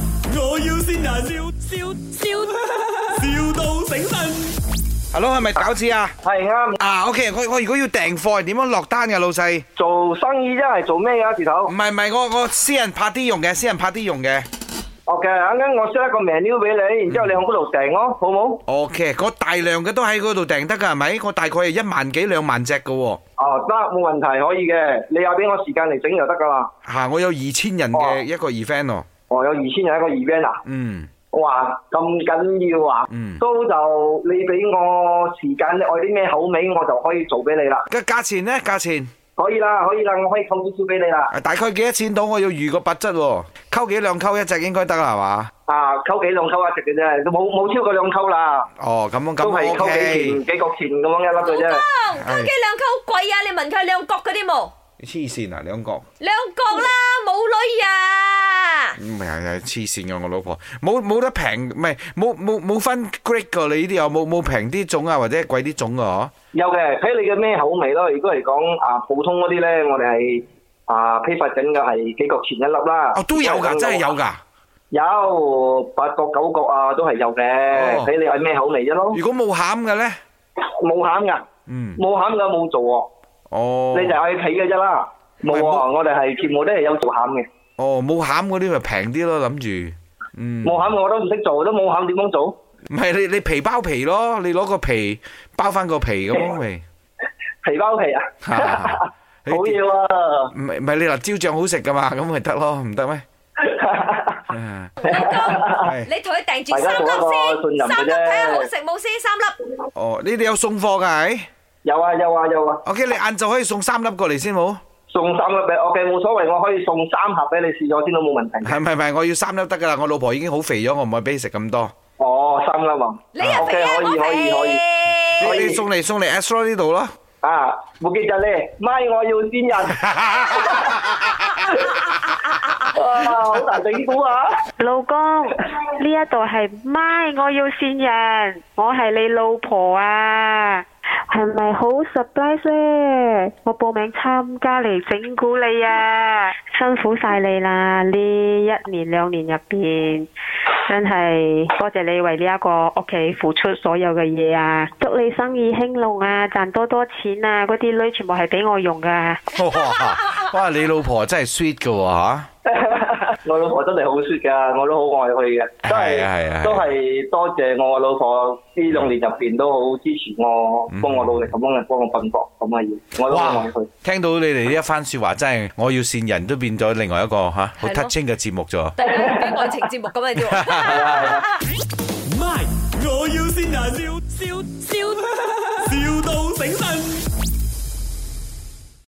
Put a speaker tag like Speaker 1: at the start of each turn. Speaker 1: 要先人，笑笑笑，笑到醒 神。
Speaker 2: Hello，係咪餃子啊？
Speaker 3: 係啱，
Speaker 2: 啊，OK，我我如果要訂貨係點樣落單嘅老細？
Speaker 3: 做生意真係做咩啊？字頭
Speaker 2: 唔係唔係，我我私人拍啲用嘅，私人拍啲用嘅。
Speaker 3: ，OK，啱啱我 send 一個 menu 俾你，然之後你喺嗰度訂咯，好
Speaker 2: 嗯
Speaker 3: 冇？
Speaker 2: OK，我大量嘅都喺嗰度訂得㗎，係咪？我大概係一萬幾兩萬隻嘅喎。
Speaker 3: 哦，得，冇問題，可以嘅。你又俾我時間嚟整就得噶啦。
Speaker 2: 嚇，我有二千人嘅
Speaker 3: 哦
Speaker 2: 一個 event 喎。
Speaker 3: 哦，有二千人一個 event 啊！
Speaker 2: 嗯，
Speaker 3: 哇，咁緊要啊！
Speaker 2: 嗯
Speaker 3: 都就你俾我時間，你愛啲咩口味，我就可以做俾你啦。
Speaker 2: 個價錢呢？價錢
Speaker 3: 可以啦，可以啦，我可以扣少少俾你啦。
Speaker 2: 啊大概幾多錢到？我要預個物質喎，溝幾兩溝一隻應該得啦，係嘛？
Speaker 3: 啊，溝幾兩溝一隻嘅啫，冇冇超過兩溝啦，
Speaker 2: 哦，咁樣
Speaker 3: 都
Speaker 2: 咁
Speaker 3: 係溝
Speaker 2: OK
Speaker 3: 幾。錢幾角錢咁樣一粒嘅啫。
Speaker 2: 係。
Speaker 4: 高級兩級好貴啊，你問佢係兩角嗰啲冇？兩角啦，冇女啊。
Speaker 2: 黐線啊！兩個唔係係黐線嘅我老婆，冇冇得平，唔係冇冇冇分 grade 㗎你呢啲有冇冇平啲種啊，或者貴啲種啊？
Speaker 3: 有嘅，睇你嘅咩口味咯。如果嚟講啊，普通嗰啲咧，我哋係啊批發緊嘅係幾角錢一粒啦。
Speaker 2: 哦，都有㗎，真係有㗎。
Speaker 3: 有八角九角啊，都係有嘅。
Speaker 2: 哦
Speaker 3: 睇、你係咩口味啫咯。
Speaker 2: 如果冇餡嘅咧，
Speaker 3: 冇餡㗎，
Speaker 2: 嗯，
Speaker 3: 冇餡㗎冇做喎、
Speaker 2: 哦，
Speaker 3: 你就係睇嘅啫啦。冇
Speaker 2: 喂
Speaker 3: 喎，
Speaker 2: 冇
Speaker 3: 我哋係全部都係有做餡嘅。
Speaker 2: 哦冇餡嗰啲咪平啲咯，諗住，嗯，
Speaker 3: 冇餡我都唔識做，都冇餡點樣做？
Speaker 2: 唔係你你皮包皮咯，你攞個皮包翻個 皮咁樣咪，
Speaker 3: 皮包皮啊，
Speaker 2: 哈 哈
Speaker 3: 好嘢喎！
Speaker 2: 唔係唔係你辣椒醬好食㗎嘛，咁咪得咯，唔得咩？ 啊係
Speaker 4: 你同佢訂住三粒
Speaker 3: 大家冇一個信任
Speaker 4: 先，
Speaker 3: 嘅啫。
Speaker 4: 三粒睇下好食冇先，三粒。
Speaker 2: 哦，你哋有送貨㗎係
Speaker 3: 有啊有啊有啊，
Speaker 2: ？OK，你晏晝可以送三粒過嚟先冇？
Speaker 3: 送三粒俾，OK 冇所謂，我可以送三盒俾你試咗先都冇問題。
Speaker 2: 係唔係唔係？我要三粒得㗎啦，我老婆已經好肥咗，我唔可以俾佢食咁多。
Speaker 3: 哦，三粒啊！
Speaker 4: 你又
Speaker 3: À, OK，
Speaker 4: 肥啊，
Speaker 3: 可以
Speaker 4: 我肥。
Speaker 3: 可以可以可
Speaker 2: 你
Speaker 3: 以
Speaker 2: 你送嚟送嚟 Astro 呢度咯。
Speaker 3: 啊！冇記得咧，咪我要先 人，哇！好難整蠱啊！
Speaker 5: 老公，呢一度係咪我要善人，我係你老婆啊，係咪好 surprise 咧？我報名參加嚟整蠱你啊，辛苦晒你啦！呢一年兩年入邊，真係多謝你為呢一個屋企付出所有嘅嘢啊！祝你生意興隆啊，賺多多錢啊！嗰啲女全部係俾我用噶。
Speaker 2: 哇！哇！你老婆真係 sweet 噶喎
Speaker 3: 我老婆真係好 sweet 㗎，我都好愛佢嘅，都
Speaker 2: 係啊係啊係啊
Speaker 3: 係都係多謝我老婆呢兩年入邊都好支持我，
Speaker 2: 嗯
Speaker 3: 幫我努力咁樣，幫我奔波咁嘅嘢，我都好啊
Speaker 2: 哇
Speaker 3: 愛佢。！
Speaker 2: 聽到你哋呢一番説話，真係我要善人都變咗另外一個嚇好
Speaker 4: 係咯
Speaker 2: touching 嘅節目咗。
Speaker 4: 突然間變愛情節目咁啊，你知喎。
Speaker 1: My，我要先人，笑